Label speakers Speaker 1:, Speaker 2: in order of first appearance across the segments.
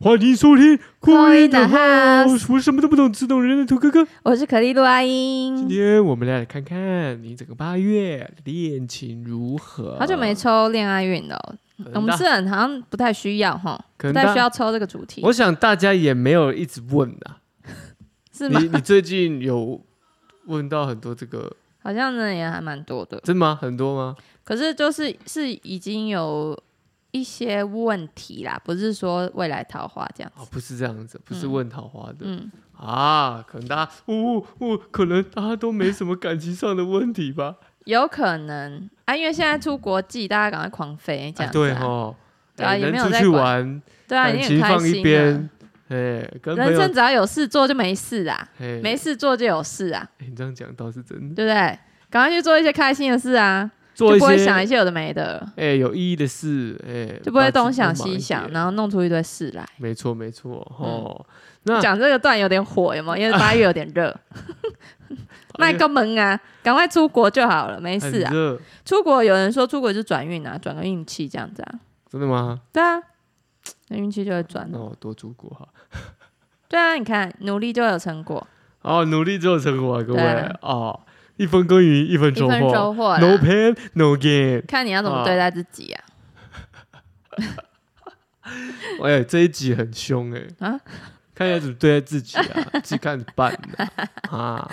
Speaker 1: 欢迎收听《
Speaker 2: Call in the
Speaker 1: 我什么都不懂，只懂人类图哥哥。
Speaker 2: 我是可丽露阿
Speaker 1: 今
Speaker 2: 英，
Speaker 1: 天我们来看看你整个八月恋情如何。
Speaker 2: 好久没抽恋爱运了哦，
Speaker 1: 可能
Speaker 2: 我们
Speaker 1: 大
Speaker 2: 是很好像不太需要哈，
Speaker 1: 可能
Speaker 2: 不太
Speaker 1: 大
Speaker 2: 需要抽这个主题
Speaker 1: 我，想大家也没有一直问啊。
Speaker 2: 是吗
Speaker 1: 你？你最近有问到很多这个
Speaker 2: 好像呢也还蛮多的，
Speaker 1: 真吗？很多吗？
Speaker 2: 可是就是是已经有一些问题啦，不是说未来桃花这样
Speaker 1: 哦
Speaker 2: 子，，
Speaker 1: 不是这样子，不是
Speaker 2: 嗯
Speaker 1: 问桃花的、
Speaker 2: 嗯，
Speaker 1: 啊。可能大家，哦哦，可能大家都没什么感情上的问题吧。
Speaker 2: 有可能啊，因为现在出国际，大家赶快狂飞
Speaker 1: 啊，
Speaker 2: 这样子
Speaker 1: 对
Speaker 2: 啊，
Speaker 1: 哦，
Speaker 2: 对啊
Speaker 1: 哎
Speaker 2: 也没有
Speaker 1: 能出
Speaker 2: 在
Speaker 1: 去
Speaker 2: 管
Speaker 1: 玩，
Speaker 2: 对啊，
Speaker 1: 感
Speaker 2: 已经
Speaker 1: 情
Speaker 2: 很开
Speaker 1: 放一
Speaker 2: 心了
Speaker 1: 边，，哎，跟朋
Speaker 2: 人生
Speaker 1: 友，
Speaker 2: 只要有事做就没事啊，
Speaker 1: 哎，
Speaker 2: 没事做就有事啊，
Speaker 1: 哎你这样讲倒是真的，
Speaker 2: 对不对？赶快去做一些开心的事啊，
Speaker 1: 做一
Speaker 2: 就不会
Speaker 1: 些
Speaker 2: 想一些有的没的，
Speaker 1: 哎有意义的事，哎，
Speaker 2: 就不会
Speaker 1: 把自己
Speaker 2: 东想
Speaker 1: 多忙
Speaker 2: 西
Speaker 1: 一
Speaker 2: 想，
Speaker 1: 点
Speaker 2: 然后弄出一堆事 来。
Speaker 1: 没错没错
Speaker 2: 嗯
Speaker 1: 哦。那
Speaker 2: 讲这个段有点火，有没有？因为八月有点 热，卖个萌啊，赶快出国就好了，没
Speaker 1: 哎很
Speaker 2: 事啊。
Speaker 1: 热，
Speaker 2: 出国有人说出国就转运啊，转个运气这样子啊，
Speaker 1: 真的吗？
Speaker 2: 对啊，那运气就会转
Speaker 1: 那。我多出国哈。
Speaker 2: 对啊，你看努力就会有成果，
Speaker 1: 哦，努力就有成果啊，各
Speaker 2: 对
Speaker 1: 位
Speaker 2: 啊
Speaker 1: 哦，一分耕耘一分
Speaker 2: 一
Speaker 1: 收
Speaker 2: 分
Speaker 1: 获
Speaker 2: 收获啦。
Speaker 1: ，no pain no gain。
Speaker 2: 看你要怎么对待自己啊。
Speaker 1: 哎，这一集很凶哎
Speaker 2: 啊
Speaker 1: 看要怎么对待自己啊，自己看着办啊，啊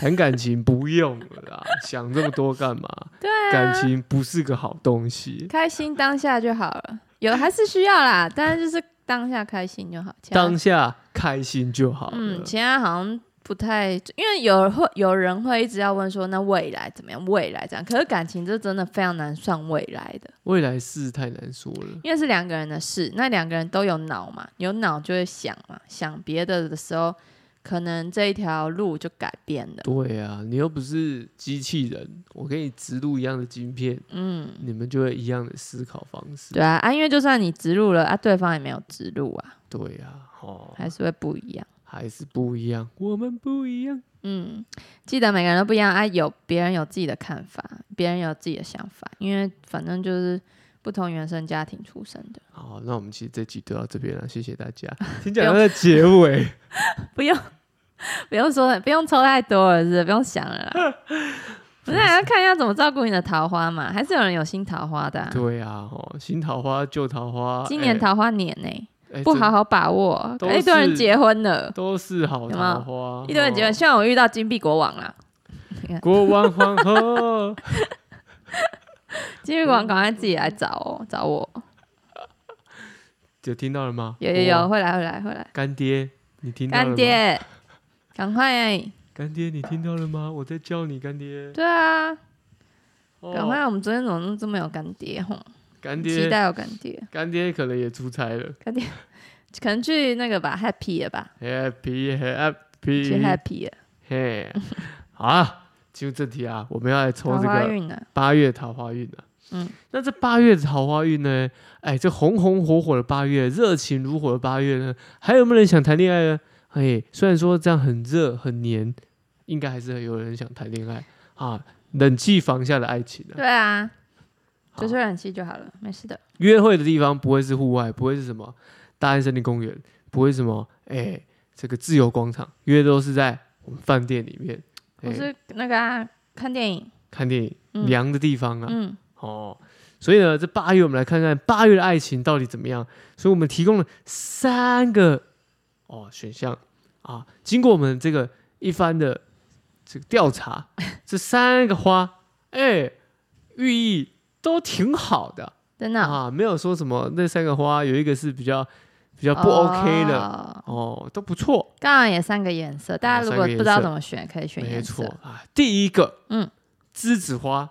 Speaker 1: 谈感情不用了啦，想这么多干嘛？
Speaker 2: 对啊，
Speaker 1: 感情不是个好东西，
Speaker 2: 开心当下就好了，有还是需要啦，但是就是当下开心就好。其他
Speaker 1: 当下开心就好了。
Speaker 2: 嗯，其他好像不太，因为有人会有人会一直要问说，那未来怎么样？未来这样，可是感情这真的非常难算未来的，
Speaker 1: 未来事太难说了，
Speaker 2: 因为是两个人的事，那两个人都有脑嘛，有脑就会想嘛，想别的的时候，可能这一条路就改变了。
Speaker 1: 对啊，你又不是机器人，我给你植入一样的晶片，
Speaker 2: 嗯，
Speaker 1: 你们就会一样的思考方式。
Speaker 2: 对啊，啊，因为就算你植入了啊，对方也没有植入啊，
Speaker 1: 对啊，哦，
Speaker 2: 还是会不一样。
Speaker 1: 还是不一样，我们不一样。
Speaker 2: 嗯，记得每个人都不一样啊，有别人有自己的看法，别人有自己的想法，因为反正就是不同原生家庭出生的。
Speaker 1: 好，那我们其实这集就到这边了，谢谢大 家。请讲到结尾，
Speaker 2: 不用， 不用说，不用抽太多了，是不是不用想了 啦。不是，还要看一下怎么照顾你的桃花嘛？还是有人有新桃花的、啊。
Speaker 1: 对啊，哦，新桃花、旧桃花，
Speaker 2: 今年
Speaker 1: 哎
Speaker 2: 桃花年呢、
Speaker 1: 哎
Speaker 2: 不
Speaker 1: 真
Speaker 2: 好好把握，
Speaker 1: 都
Speaker 2: 一堆人
Speaker 1: 是
Speaker 2: 结婚了，
Speaker 1: 都是好
Speaker 2: 有没有
Speaker 1: 桃花，
Speaker 2: 一堆人结
Speaker 1: 哦
Speaker 2: 婚。希望我遇到金币国王啦，啊
Speaker 1: 国王皇后。
Speaker 2: 金币国王赶快自己来找哦，找我。
Speaker 1: 有听到了吗？
Speaker 2: 有有
Speaker 1: 哇
Speaker 2: 有，，会来会来会来，
Speaker 1: 干爹，你哦听到了吗
Speaker 2: 干，爹，赶快哎、
Speaker 1: 干爹，你听到了吗？我在叫你干爹，
Speaker 2: 对啊，
Speaker 1: 哦
Speaker 2: 赶快！我们昨天怎么这么有干爹吼？
Speaker 1: 干
Speaker 2: 期
Speaker 1: 爹，
Speaker 2: 待有干爹，
Speaker 1: 干爹可能也出差了
Speaker 2: 可能去那个吧，Happy 了吧，
Speaker 1: ，happy happy，
Speaker 2: 去 Happy 了，
Speaker 1: 嘿， 好啊，进入正题啊，我们要来抽
Speaker 2: 桃
Speaker 1: 这
Speaker 2: 花
Speaker 1: 个
Speaker 2: 运啊呢？
Speaker 1: 八月桃花运啊。
Speaker 2: 嗯，
Speaker 1: 那这八月的桃花运呢？哎，这红红火火的八月，热情如火的八月呢，还有没有人想谈恋爱呢？哎，虽然说这样很热很黏，应该还是有人想谈恋爱啊。冷气房下的爱情啊，
Speaker 2: 对啊，
Speaker 1: 好
Speaker 2: 就吹冷气就好了，没事的。
Speaker 1: 约会的地方不会是户外，不会是什么大安森林公园，不会是什么哎、这个自由广场，约都是在我们饭店里面，哎
Speaker 2: 我是那个啊，看电影，
Speaker 1: 看电影、
Speaker 2: 嗯
Speaker 1: 凉的地方啊。
Speaker 2: 嗯，
Speaker 1: 哦，所以呢，这八月我们来看看八月的爱情到底怎么样。所以我们提供了三个哦选项啊，经过我们这个一番的这个调 查，这三个花哎寓意都挺好的。
Speaker 2: 真的哦
Speaker 1: 啊，没有说什么那三个花有一个是比较比较不 OK 的
Speaker 2: 哦
Speaker 1: 哦都不错，
Speaker 2: 刚好也三个颜色，
Speaker 1: 啊
Speaker 2: 大家如果不知道怎么选，可以选
Speaker 1: 没
Speaker 2: 颜
Speaker 1: 错
Speaker 2: 色。
Speaker 1: 啊。第一个，
Speaker 2: 嗯，
Speaker 1: 栀子花，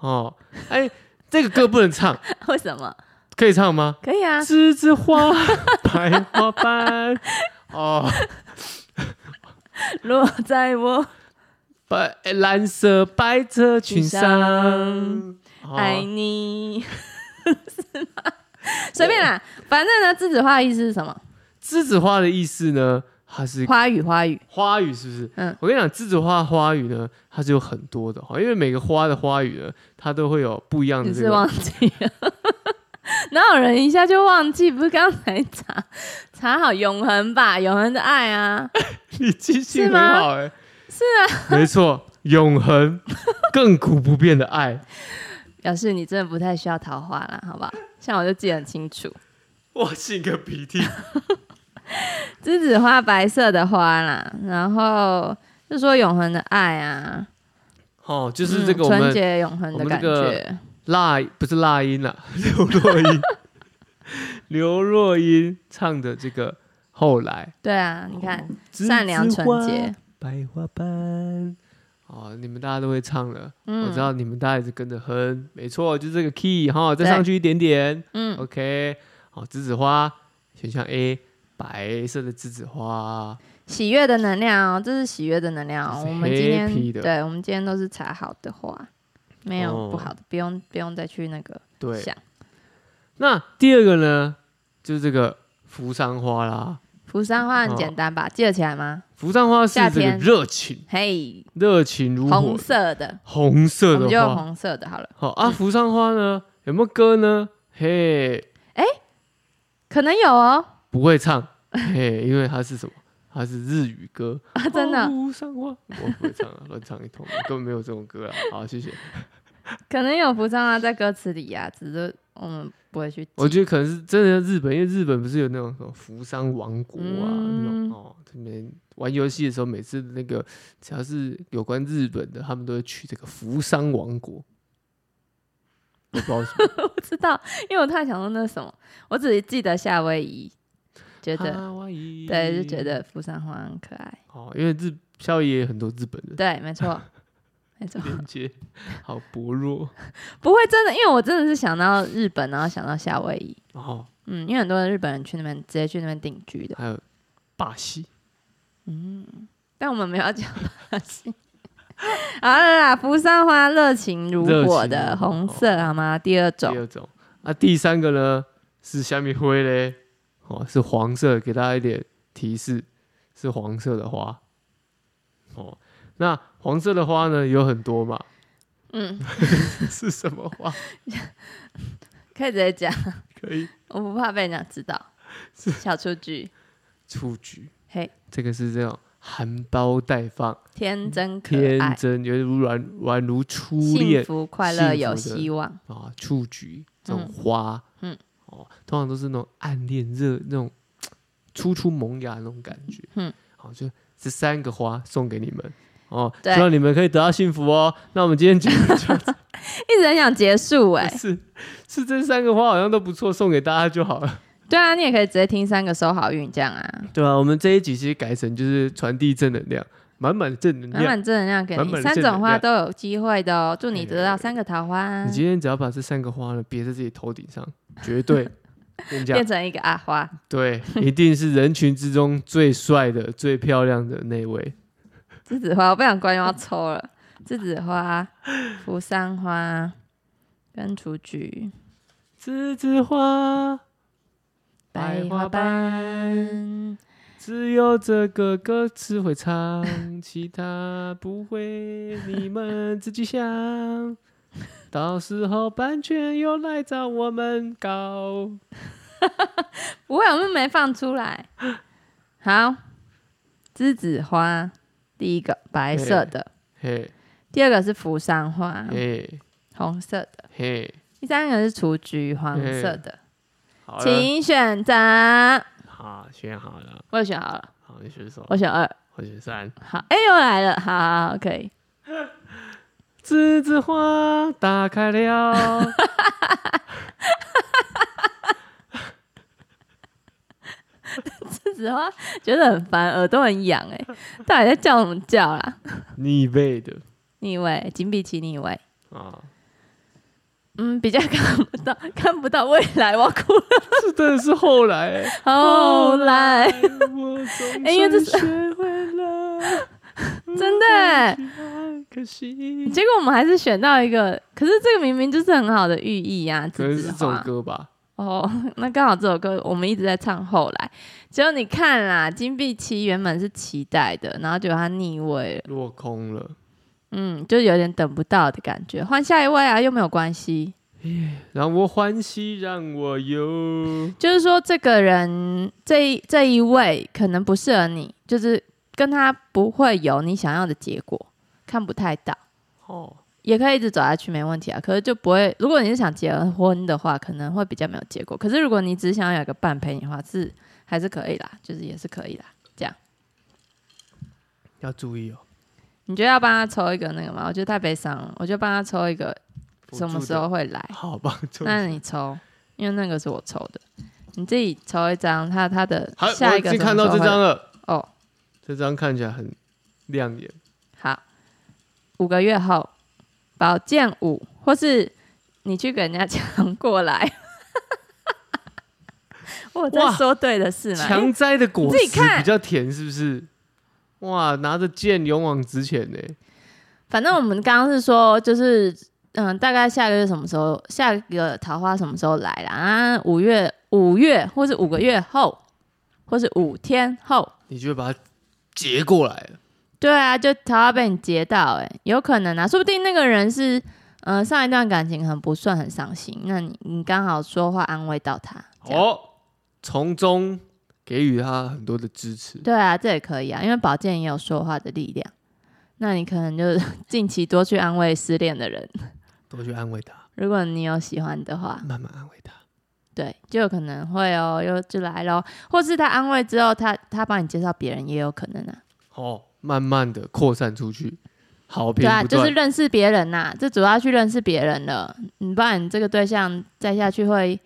Speaker 1: 哦，哎，这个歌不能唱，
Speaker 2: 为什么？
Speaker 1: 可以唱吗？
Speaker 2: 可以啊，
Speaker 1: 栀子花 白花瓣，哦，
Speaker 2: 落在我
Speaker 1: 白哎蓝色百 褶裙
Speaker 2: 裙
Speaker 1: 上，哦
Speaker 2: 爱你， 是吗？随便啦，反正呢，栀子花的意思是什么？
Speaker 1: 栀子花的意思呢，它是
Speaker 2: 花语，花语。
Speaker 1: 花语是不是？
Speaker 2: 嗯
Speaker 1: 我跟你讲，栀子花花语呢，它是有很多的哈，因为每个花的花语呢，它都会有不一样的
Speaker 2: 你
Speaker 1: 这
Speaker 2: 是
Speaker 1: 个
Speaker 2: 忘记了？哪有人一下就忘记？不是刚才查查好永恒吧？永恒的爱啊，
Speaker 1: 你记性
Speaker 2: 是
Speaker 1: 很
Speaker 2: 吗
Speaker 1: 好哎、是啊，没错，永恒、亘古不变的爱。
Speaker 2: 表示你真的不太需要桃花啦，好不好？像我就记得很清楚，
Speaker 1: 我擤个鼻涕，
Speaker 2: 栀子花白色的花啦，然后就说永恒的爱啊，
Speaker 1: 哦，就是这个
Speaker 2: 嗯
Speaker 1: 我
Speaker 2: 纯
Speaker 1: 们
Speaker 2: 洁永恒的
Speaker 1: 我们
Speaker 2: 感
Speaker 1: 这个
Speaker 2: 觉。
Speaker 1: 辣不是辣音啦， 刘若 英，刘若英唱的这个后来
Speaker 2: 对啊，你看，
Speaker 1: 栀
Speaker 2: 善良
Speaker 1: 子
Speaker 2: 纯
Speaker 1: 花
Speaker 2: 洁，
Speaker 1: 百哦花瓣。哦，你们大家都会唱了，
Speaker 2: 嗯，
Speaker 1: 我知道你们大家也是跟着哼，没错，就这个 key 哈，再上
Speaker 2: 对
Speaker 1: 去一点点
Speaker 2: 嗯，
Speaker 1: ，OK。好，栀子花选项 A，白色的栀子花，
Speaker 2: 喜悦的能量哦，这是喜悦的能量哦。
Speaker 1: 这是
Speaker 2: 我们今
Speaker 1: happy
Speaker 2: 天，
Speaker 1: 的
Speaker 2: 对，我们今天都是查好的话，没有
Speaker 1: 哦
Speaker 2: 不好的，不用不用再去那个
Speaker 1: 对。
Speaker 2: 想。
Speaker 1: 那第二个呢，就是这个扶桑花啦，
Speaker 2: 扶桑花
Speaker 1: 哦
Speaker 2: 很简单吧？记得起来吗？
Speaker 1: 扶桑花是
Speaker 2: 夏
Speaker 1: 这个
Speaker 2: 天
Speaker 1: 热情，
Speaker 2: 嘿，
Speaker 1: 热情如火
Speaker 2: 红，色的，
Speaker 1: 红色
Speaker 2: 我们
Speaker 1: 的
Speaker 2: 就用
Speaker 1: 花。
Speaker 2: 红嗯色的好了。
Speaker 1: 好啊，扶桑花呢有没有歌呢？嘿，
Speaker 2: 可能有哦，
Speaker 1: 不会唱， 嘿，因为它是什么？它是日语歌
Speaker 2: 啊真的
Speaker 1: 扶桑花，我不会唱啊，乱唱一通，根本没有这种 歌啊。好，谢谢。
Speaker 2: 可能有扶桑花在歌词里呀、只是我们不会去记。
Speaker 1: 我觉得可能是真的日本，因为日本不是有那种什么扶桑王国啊，
Speaker 2: 嗯
Speaker 1: 那种哦，他们玩游戏的时候，每次那个只要是有关日本的，他们都会取这个扶桑王国。我不知道为什么，
Speaker 2: 不知道，因为我太想说那是什么，我只是记得夏威夷，觉得
Speaker 1: 哈哇伊
Speaker 2: 对，就觉得扶桑花很可爱。
Speaker 1: 哦，因为日夏威夷也有很多日本人
Speaker 2: 对，没错，没错，
Speaker 1: 连接好薄弱
Speaker 2: 不会真的，因为我真的是想到日本，然后想到夏威夷。
Speaker 1: 哦，
Speaker 2: 嗯，因为很多日本人去那边直接去那边定居的，
Speaker 1: 还有巴西，
Speaker 2: 但我们没有要讲巴西。好了啦，扶桑花热情如火
Speaker 1: 热
Speaker 2: 的
Speaker 1: 情如火
Speaker 2: 红色，好吗？第二
Speaker 1: 第
Speaker 2: 种，
Speaker 1: 二种啊，第三个呢是虾米灰嘞，哦，是黄色，给大家一点提示，是黄色的花。哦，那黄色的花呢有很多嘛，
Speaker 2: 嗯，
Speaker 1: 是什么花？
Speaker 2: 可以直接讲，
Speaker 1: 可以
Speaker 2: 我不怕被人家知道。小雏菊，
Speaker 1: 雏菊，
Speaker 2: 嘿，
Speaker 1: 这个是这种含苞待放、
Speaker 2: 天真可
Speaker 1: 天
Speaker 2: 爱，
Speaker 1: 真，有点如软宛如初
Speaker 2: 幸
Speaker 1: 恋
Speaker 2: 福快乐
Speaker 1: 幸福
Speaker 2: 有
Speaker 1: 的
Speaker 2: 希望。
Speaker 1: 啊，雏菊这种
Speaker 2: 嗯
Speaker 1: 花，
Speaker 2: 嗯
Speaker 1: 哦，通常都是那种暗恋热那种初出萌芽那种感觉，
Speaker 2: 嗯，
Speaker 1: 好，就这三个花送给你们哦，
Speaker 2: 对
Speaker 1: 希望你们可以得到幸福哦。那我们今天 节目就
Speaker 2: 一直很想结束哎、
Speaker 1: 是是这三个花好像都不错，送给大家就好了，
Speaker 2: 对啊，你也可以直接听三个收好运这样啊，
Speaker 1: 对啊，我们这一集其实改成就是传递正能量，满满的正能
Speaker 2: 满
Speaker 1: 量。
Speaker 2: 满正能量给
Speaker 1: 满
Speaker 2: 你，
Speaker 1: 满的
Speaker 2: 三
Speaker 1: 正
Speaker 2: 种
Speaker 1: 能
Speaker 2: 花
Speaker 1: 量
Speaker 2: 都有机会的哦，祝你得到三个桃花啊，
Speaker 1: 你今天只要把这三个花呢别在自己头顶上，绝 对跟你讲
Speaker 2: 变，成一个阿花。
Speaker 1: 对，一定是人群之中最帅的、最漂亮的那位。
Speaker 2: 栀子花，我不想关要抽了。栀子花、扶桑花跟雏菊，
Speaker 1: 栀子花，百
Speaker 2: 百花
Speaker 1: 花
Speaker 2: 瓣。
Speaker 1: 只有这个歌词会唱，其他不会，你们自己想。到时候版权又来找我们搞。
Speaker 2: 不会，我们没放出来。好，栀子花，第一个白色的，
Speaker 1: 嘿，
Speaker 2: 第二个是扶桑花，
Speaker 1: 嘿，
Speaker 2: 红色的，
Speaker 1: 嘿，
Speaker 2: 第三个是雏菊，黄色的。
Speaker 1: 好了，
Speaker 2: 请选择，
Speaker 1: 好，选好了，
Speaker 2: 我选好了，
Speaker 1: 好，你选什么？
Speaker 2: 我选二。
Speaker 1: 我选三。
Speaker 2: 好，哎、又来了，好好，好可以。
Speaker 1: 栀子花打开了，
Speaker 2: 栀子花觉得很烦，耳朵很痒，哎，到底在叫什么叫啦？
Speaker 1: 逆位的
Speaker 2: 逆位，紧比起逆位，
Speaker 1: 啊，
Speaker 2: 嗯，比较看不到， 看不到未来，我哭了。
Speaker 1: 这真的是后来、欸。
Speaker 2: 后来，
Speaker 1: 我总
Speaker 2: 哎因为这是
Speaker 1: 算学会了。
Speaker 2: 真的耶，
Speaker 1: 可惜，
Speaker 2: 结果我们还是选到一个，可是这个明明就是很好的寓意 啊，
Speaker 1: 可能
Speaker 2: 栀
Speaker 1: 是
Speaker 2: 子
Speaker 1: 这首
Speaker 2: 花。
Speaker 1: 歌吧。
Speaker 2: 哦， 那刚好这首歌我们一直在唱后来，结果你看啦，金币期原本是期待的，然后结果它逆位了，
Speaker 1: 落空了，
Speaker 2: 嗯，就有点等不到的感觉。换下一位啊，又没有关系，
Speaker 1: 让我欢喜，让我忧。
Speaker 2: 就是说这个人这一这一位可能不适合你，就是跟他不会有你想要的结果，看不太到，
Speaker 1: 哦，
Speaker 2: 也可以一直走下去没问题啊。可是就不会，如果你是想结婚的话，可能会比较没有结果。可是如果你只想要有个伴陪你的话，是还是可以啦，就是也是可以啦。
Speaker 1: 要注意哦。
Speaker 2: 你觉得要帮他抽一个那个吗？我觉得太悲伤了，我就帮他抽一个什么时候会来。
Speaker 1: 好帮助？
Speaker 2: 那你抽，因为那个是我抽的，你自己抽一张，他他的
Speaker 1: 好，
Speaker 2: 下
Speaker 1: 我
Speaker 2: 一
Speaker 1: 已
Speaker 2: 个
Speaker 1: 经
Speaker 2: 什么
Speaker 1: 看
Speaker 2: 时
Speaker 1: 到
Speaker 2: 候
Speaker 1: 这
Speaker 2: 会
Speaker 1: 张了，
Speaker 2: 哦，
Speaker 1: 这张看起来很亮眼。
Speaker 2: 好，五个月后，保健五，或是你去给人家抢过来。 我有在
Speaker 1: 哇
Speaker 2: 说对的事吗？
Speaker 1: 强摘的果
Speaker 2: 你自己
Speaker 1: 实
Speaker 2: 看
Speaker 1: 比较甜，是不是？哇，拿着剑勇往直前呢。
Speaker 2: 反正我们刚刚是说，就是嗯，大概下个月什么时候，下个桃花什么时候来啦？啊，五月五月，或是五个月后，或是五天后。
Speaker 1: 你就会把它截过来了。
Speaker 2: 对啊，就桃花被你截到、欸，哎，有可能啊，说不定那个人是，嗯、上一段感情很不顺，很伤心，那你你刚好说话安慰到他，这样
Speaker 1: 哦，从中给予他很多的支持。
Speaker 2: 对啊，这也可以啊，因为宝剑也有说话的力量，那你可能就是 近期多去安慰失恋的人，
Speaker 1: 多去安慰他，
Speaker 2: 如果你有喜欢的话，
Speaker 1: 慢慢安慰他。
Speaker 2: 对，就有可能会哦，又就来咯，或是他安慰之后，他他帮你介绍别人也有可能啊，
Speaker 1: 哦，慢慢的扩散出去，好评
Speaker 2: 对啊，
Speaker 1: 不
Speaker 2: 就是
Speaker 1: 断。
Speaker 2: 认识别人呐、这主要去认识别人了，你不然你这个对象再下去会，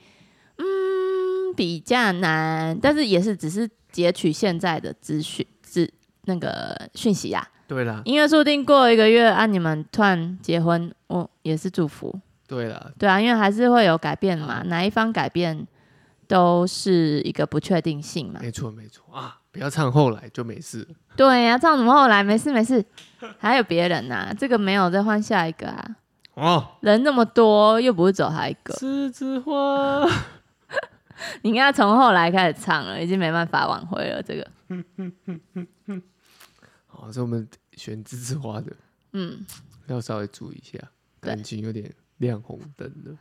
Speaker 2: 嗯，比较难，但是也是只是截取现在的资讯资那个讯息啊，
Speaker 1: 对啦，
Speaker 2: 因为说不定过一个月啊，你们突然结婚，我、也是祝福，
Speaker 1: 对啦，
Speaker 2: 对啊，因为还是会有改变嘛，
Speaker 1: 啊
Speaker 2: 哪一方改变都是一个不确定性嘛，
Speaker 1: 没错没错啊，不要唱后来就没事了。
Speaker 2: 对呀、这样怎么后来没事没事，还有别人呐、这个没有再换下一个啊。
Speaker 1: 哦，
Speaker 2: 人那么多，又不是走他一个，
Speaker 1: 栀子花。
Speaker 2: 你应该从后来开始唱了，已经没办法挽回了。这个，
Speaker 1: 好，所以我们选栀子花的
Speaker 2: 嗯，
Speaker 1: 要稍微注意一下，
Speaker 2: 对
Speaker 1: 感情有点亮红灯了。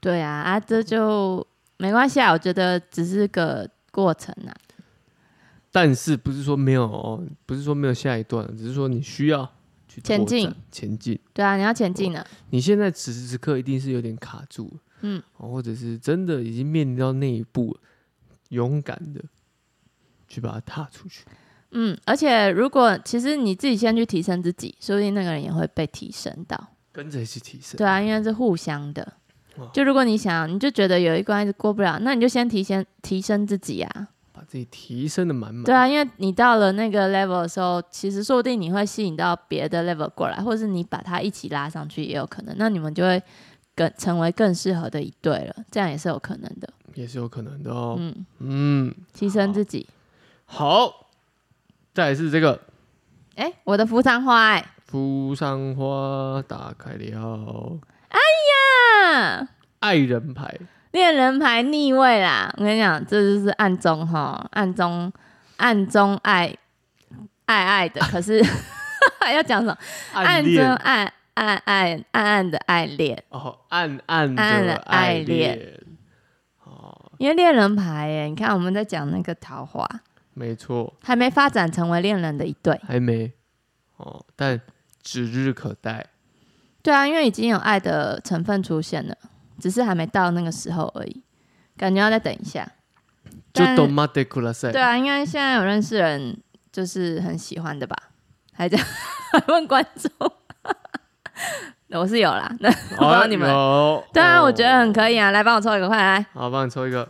Speaker 2: 对啊，啊，这就没关系啊，我觉得只是个过程啊。
Speaker 1: 但是不是说没有哦，不是说没有下一段，只是说你需要去拓
Speaker 2: 前进
Speaker 1: 展前进。
Speaker 2: 对啊，你要前进了，
Speaker 1: 你现在此时此刻一定是有点卡住，
Speaker 2: 嗯
Speaker 1: 嗯，或者是真的已经面临到那一步了，勇敢的去把它踏出去。
Speaker 2: 嗯，而且如果其实你自己先去提升自己，说不定那个人也会被提升到。
Speaker 1: 跟着一起提升
Speaker 2: 对，啊，因为是互相的
Speaker 1: 哇。
Speaker 2: 就如果你想，你就觉得有一关一直过不了，那你就先提升提升自己啊。
Speaker 1: 把自己提升的满满。
Speaker 2: 对啊，因为你到了那个 level 的时候，其实说不定你会吸引到别的 level 过来，或者是你把它一起拉上去也有可能。那你们就会更成为更适合的一对了，这样也是有可能的。
Speaker 1: 也是有可能的哦。
Speaker 2: 嗯，
Speaker 1: 嗯，
Speaker 2: 提升自己。
Speaker 1: 好，再来是这个
Speaker 2: 哎、我的扶桑花、欸，
Speaker 1: 扶桑花打开了，
Speaker 2: 啊，
Speaker 1: 爱人牌
Speaker 2: 恋人牌逆位啦！我跟你讲，这就是暗中哈，暗中暗中爱爱爱的，可是 要讲什么？暗
Speaker 1: 暗
Speaker 2: 中
Speaker 1: 恋
Speaker 2: 爱爱爱暗暗的爱恋。
Speaker 1: 哦，暗暗的
Speaker 2: 暗暗的爱
Speaker 1: 爱恋。哦，
Speaker 2: 因为恋人牌耶，你看我们在讲那个桃花，
Speaker 1: 没错，
Speaker 2: 还没发展成为恋人的一对。
Speaker 1: 还没哦，但指日可待。
Speaker 2: 对啊，因为已经有爱的成分出现了，只是还没到那个时候而已，感觉要再等一下。
Speaker 1: 就
Speaker 2: 但
Speaker 1: 懂吗？得苦了噻。
Speaker 2: 对啊，应该现在有认识人就是很喜欢的吧？还在 还问观众，我是有啦。那
Speaker 1: 哎，
Speaker 2: 不知道你们
Speaker 1: 有
Speaker 2: 对啊，
Speaker 1: 哦
Speaker 2: 我觉得很可以啊，来帮我抽一个，快来，
Speaker 1: 好，帮你抽一个。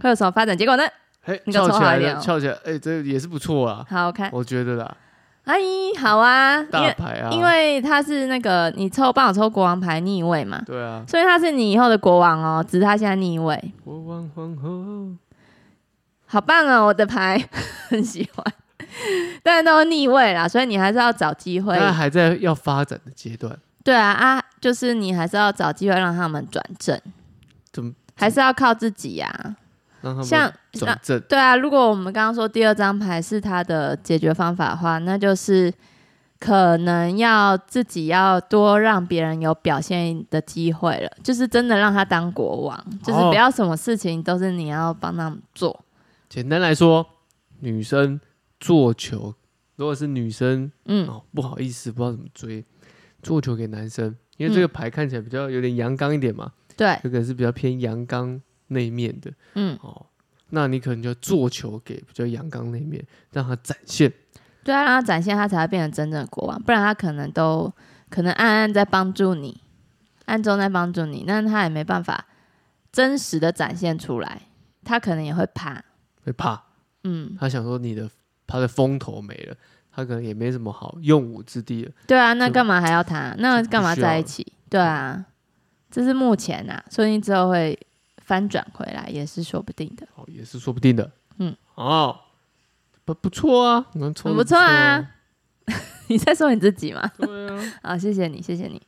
Speaker 2: 会有什么发展结果呢？
Speaker 1: 嘿，
Speaker 2: 你给我
Speaker 1: 翘
Speaker 2: 抽
Speaker 1: 起
Speaker 2: 好
Speaker 1: 来
Speaker 2: 一点
Speaker 1: 了，
Speaker 2: 哦
Speaker 1: 翘起来，哎，这也是不错啊，
Speaker 2: 好，我看，
Speaker 1: 我觉得啦，
Speaker 2: 阿姨好啊，因
Speaker 1: 大
Speaker 2: 为
Speaker 1: 牌啊，
Speaker 2: 因为他是那个你抽帮我抽国王牌逆位嘛，
Speaker 1: 对啊，
Speaker 2: 所以他是你以后的国王哦，只是他现在逆位，
Speaker 1: 国王皇后，
Speaker 2: 好棒哦，我的牌很喜欢，但是都是逆位啦，所以你还是要找机会，
Speaker 1: 那还在要发展的阶段，
Speaker 2: 对啊啊，就是你还是要找机会让他们转正，
Speaker 1: 怎么
Speaker 2: 还是要靠自己呀、
Speaker 1: 让他
Speaker 2: 像
Speaker 1: 们
Speaker 2: 那
Speaker 1: 转正？
Speaker 2: 对啊，如果我们刚刚说第二张牌是他的解决方法的话，那就是可能要自己要多让别人有表现的机会了，就是真的让他当国王，就是
Speaker 1: 哦
Speaker 2: 不要什么事情都是你要帮他们做。
Speaker 1: 简单来说，女生做球，如果是女生
Speaker 2: 嗯，
Speaker 1: 哦，不好意思，不知道怎么追，做球给男生，因
Speaker 2: 嗯
Speaker 1: 为这个牌看起来比较有点阳刚一点嘛，
Speaker 2: 对，
Speaker 1: 这个是比较偏阳刚那一面的
Speaker 2: 嗯，
Speaker 1: 哦。那你可能就要做球给比较阳刚那一面，让他展现。
Speaker 2: 对啊，让他展现他才会变成真正的国王，不然他可能都可能暗暗在帮助你，暗中在帮助你，但他也没办法真实的展现出来，他可能也会怕，
Speaker 1: 会怕，
Speaker 2: 嗯，
Speaker 1: 他想说你的他的风头没了，他可能也没什么好用武之地了。
Speaker 2: 对啊，那
Speaker 1: 就
Speaker 2: 干嘛还要他？那干嘛在一起？对啊，这是目前啊，说不定之后会翻转回来，也是说不定的。
Speaker 1: 哦，也是说不定的。
Speaker 2: 嗯，
Speaker 1: 哦，不不错啊，能抽
Speaker 2: 很
Speaker 1: 得
Speaker 2: 不错
Speaker 1: 啊。
Speaker 2: 你在说你自己吗？
Speaker 1: 对 啊，
Speaker 2: 啊，谢谢你，谢谢你。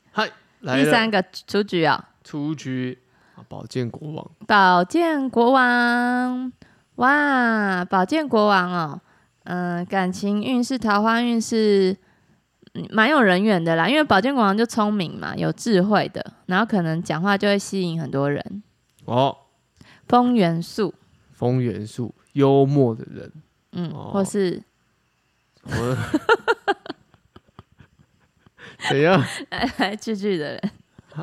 Speaker 1: 来
Speaker 2: 第
Speaker 1: 了
Speaker 2: 三个出局哦，
Speaker 1: 出局，啊宝剑国王
Speaker 2: 宝剑国王，哇，宝剑国王哦，嗯、感情运势、桃花运势，嗯蛮有人缘的啦。因为宝剑国王就聪明嘛，有智慧的，然后可能讲话就会吸引很多人。
Speaker 1: 哦，
Speaker 2: 风元素，
Speaker 1: 风元素幽默的人，
Speaker 2: 嗯，
Speaker 1: 哦
Speaker 2: 或是
Speaker 1: 我 怎样？ 啊
Speaker 2: 来来去去的 人，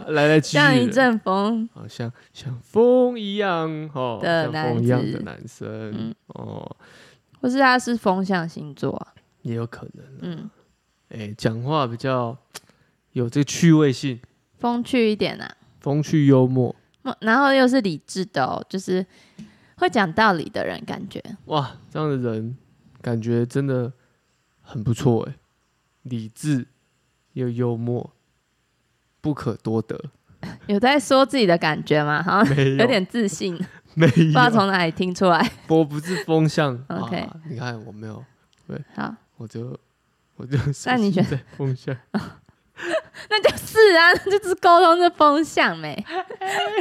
Speaker 1: 来来去
Speaker 2: 像一
Speaker 1: 去的，
Speaker 2: 阵风，
Speaker 1: 好像像风一样哦，
Speaker 2: 的
Speaker 1: 像
Speaker 2: 男
Speaker 1: 风一样
Speaker 2: 子
Speaker 1: 的男生、
Speaker 2: 嗯
Speaker 1: 哦，
Speaker 2: 或是他是风象星座啊、
Speaker 1: 也有可能。
Speaker 2: 嗯，
Speaker 1: 哎，讲话比较有这个趣味性，
Speaker 2: 风趣一点啊，
Speaker 1: 风趣幽默，
Speaker 2: 嗯然后又是理智的哦，就是会讲道理的人，感觉
Speaker 1: 哇，这样的人感觉真的很不错哎，理智又幽默，不可多得。
Speaker 2: 有在说自己的感觉吗？好像
Speaker 1: 没有，
Speaker 2: 有点自信，不
Speaker 1: 没
Speaker 2: 知道
Speaker 1: 有，
Speaker 2: 从哪里听出来。
Speaker 1: 我不是风向
Speaker 2: OK
Speaker 1: 啊，你看我没有，
Speaker 2: 好，
Speaker 1: 我就我就
Speaker 2: 那你
Speaker 1: 觉
Speaker 2: 觉
Speaker 1: 得风 向？
Speaker 2: 那就是啊， 那就是沟通的风向欸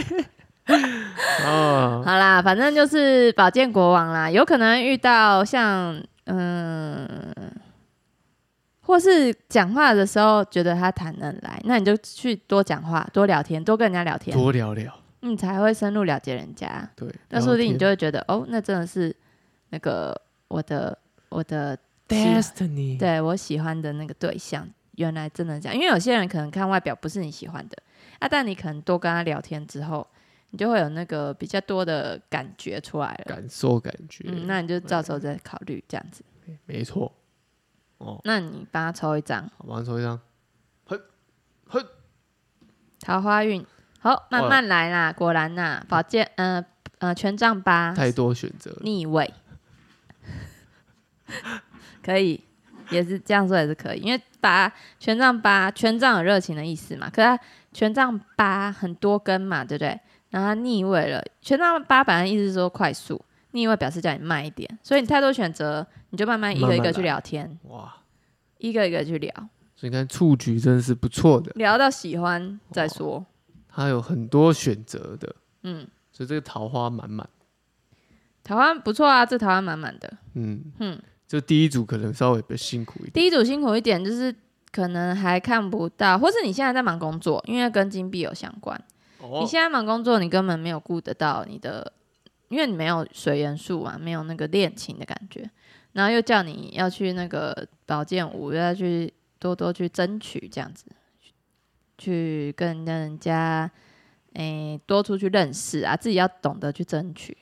Speaker 2: 没。
Speaker 1: 啊，
Speaker 2: 好啦，反正就是宝剑国王啦，有可能遇到像嗯，或是讲话的时候觉得他谈得来，那你就去多讲话、多聊天、多跟人家聊天，
Speaker 1: 多聊聊，
Speaker 2: 你才会深入了解人家。
Speaker 1: 对，
Speaker 2: 那
Speaker 1: 聊
Speaker 2: 说不定你
Speaker 1: 天
Speaker 2: 就会觉得，哦，那真的是那个我的我的
Speaker 1: destiny，
Speaker 2: 对我喜欢的那个对象，原来真的这样。因为有些人可能看外表不是你喜欢的啊，但你可能多跟他聊天之后，你就会有那个比较多的感觉出来了。
Speaker 1: 感受感觉，
Speaker 2: 嗯，那你就
Speaker 1: 啊
Speaker 2: 到时候再考虑这样子。
Speaker 1: 没错，哦，
Speaker 2: 那你帮他抽一张
Speaker 1: 好，马上抽一张。
Speaker 2: 桃花运，好，慢慢来啦。果然呐、宝剑，呃呃，权杖八，
Speaker 1: 太多选择了，
Speaker 2: 逆位， 可以，也是这样说也是可以，因为八权杖八权杖有热情的意思嘛，可是它权杖八很多根嘛，对不对？然后它逆位了，权杖八本来意思是说快速，逆位表示叫你慢一点，所以你太多选择，你就慢慢一个一
Speaker 1: 慢慢
Speaker 2: 个
Speaker 1: 来
Speaker 2: 去聊天，
Speaker 1: 哇！
Speaker 2: 一个一个去聊，
Speaker 1: 所以你看蹴鞠真的是不错的，
Speaker 2: 聊到喜欢再说。
Speaker 1: 它有很多选择的，
Speaker 2: 嗯，
Speaker 1: 所以这个桃花满满。
Speaker 2: 台湾不错啊，这台湾满满的。
Speaker 1: 嗯
Speaker 2: 嗯
Speaker 1: 就第一组可能稍微比较辛苦一点。
Speaker 2: 第一组辛苦一点，就是可能还看不到，或是你现在在忙工作，因为跟金币有相关。你
Speaker 1: 哦，
Speaker 2: 现在忙工作，你根本没有顾得到你的，因为你没有水元素嘛，没有那个恋情的感觉，然后又叫你要去那个保健舞，又要去多多去争取这样子，去跟人家诶、多出去认识啊，自己要懂得去争取，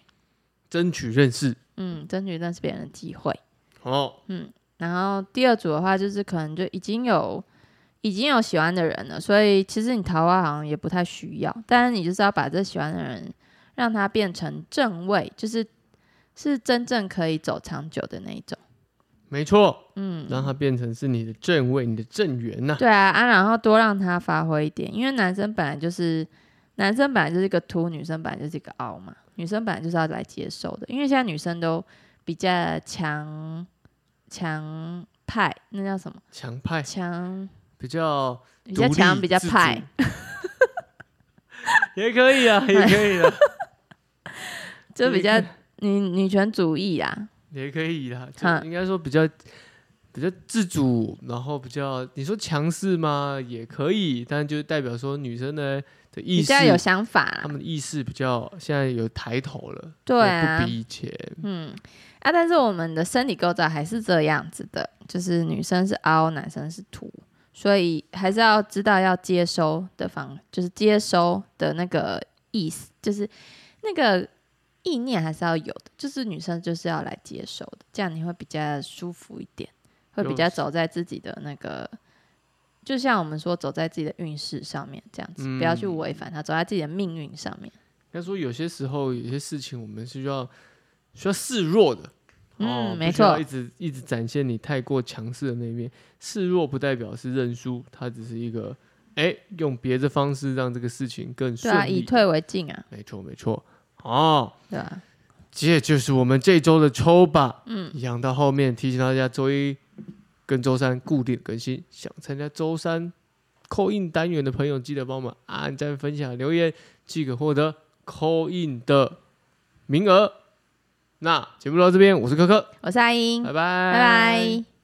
Speaker 1: 争取认识
Speaker 2: 嗯，争取认识别人的机会。
Speaker 1: 哦，
Speaker 2: 然后第二组的话，就是可能就已经有已经有喜欢的人了，所以其实你桃花好像也不太需要，但是你就是要把这喜欢的人让他变成正位，就是是真正可以走长久的那一种。
Speaker 1: 没错，
Speaker 2: 嗯，
Speaker 1: 让它变成是你的正位，你的正缘呐、
Speaker 2: 对啊啊，然后多让他发挥一点，因为男生本来就是男生本来就是一个凸，女生本来就是一个凹嘛，女生本来就是要来接受的，因为现在女生都比较强强派，那叫什么
Speaker 1: 强派
Speaker 2: 强？
Speaker 1: 比较
Speaker 2: 比较强，比较派，，
Speaker 1: 也可以 啊，也可以啊，
Speaker 2: 就比较
Speaker 1: 也可嗯
Speaker 2: 女女权主义啊。
Speaker 1: 也可以啦。
Speaker 2: 嗯
Speaker 1: 就应该说比较比较自主，然后比较你说强势吗？也可以，但就代表说女生呢的意
Speaker 2: 比
Speaker 1: 识，
Speaker 2: 较有想法啊啦
Speaker 1: 他们的意识比较现在有抬头了，
Speaker 2: 对啊
Speaker 1: 不比以前，
Speaker 2: 嗯啊，但是我们的身体构造还是这样子的，就是女生是凹，男生是凸，所以还是要知道要接收的方，就是接收的那个意思，就是那个意念还是要有的，就是女生就是要来接收的，这样你会比较舒服一点，会比较
Speaker 1: 有
Speaker 2: 走在自己的那个。就像我们说，走在自己的运势上面，这样子，不要去
Speaker 1: 嗯
Speaker 2: 违反它，走在自己的命运上面。
Speaker 1: 应该说有些时候有些事情我们是需要需要示弱的。
Speaker 2: 嗯
Speaker 1: 哦，
Speaker 2: 没
Speaker 1: 不需要
Speaker 2: 错
Speaker 1: 一直一直展现你太过强势的那一面，示弱不代表是认输，它只是一个哎、用别的方式让这个事情更
Speaker 2: 对
Speaker 1: 顺
Speaker 2: 啊，
Speaker 1: 利。
Speaker 2: 以退为进啊，
Speaker 1: 没错没错，哦，
Speaker 2: 对啊，
Speaker 1: 这就是我们这周的抽吧。
Speaker 2: 嗯，
Speaker 1: 一样到后面提醒大家，周一跟周三固定更新。想参加周三扣印单元的朋友，记得帮我们按赞、分享、留言，即可获得扣印的名额。那节目到这边，我是柯柯，
Speaker 2: 我是阿英，
Speaker 1: 拜拜，
Speaker 2: 嗯拜拜。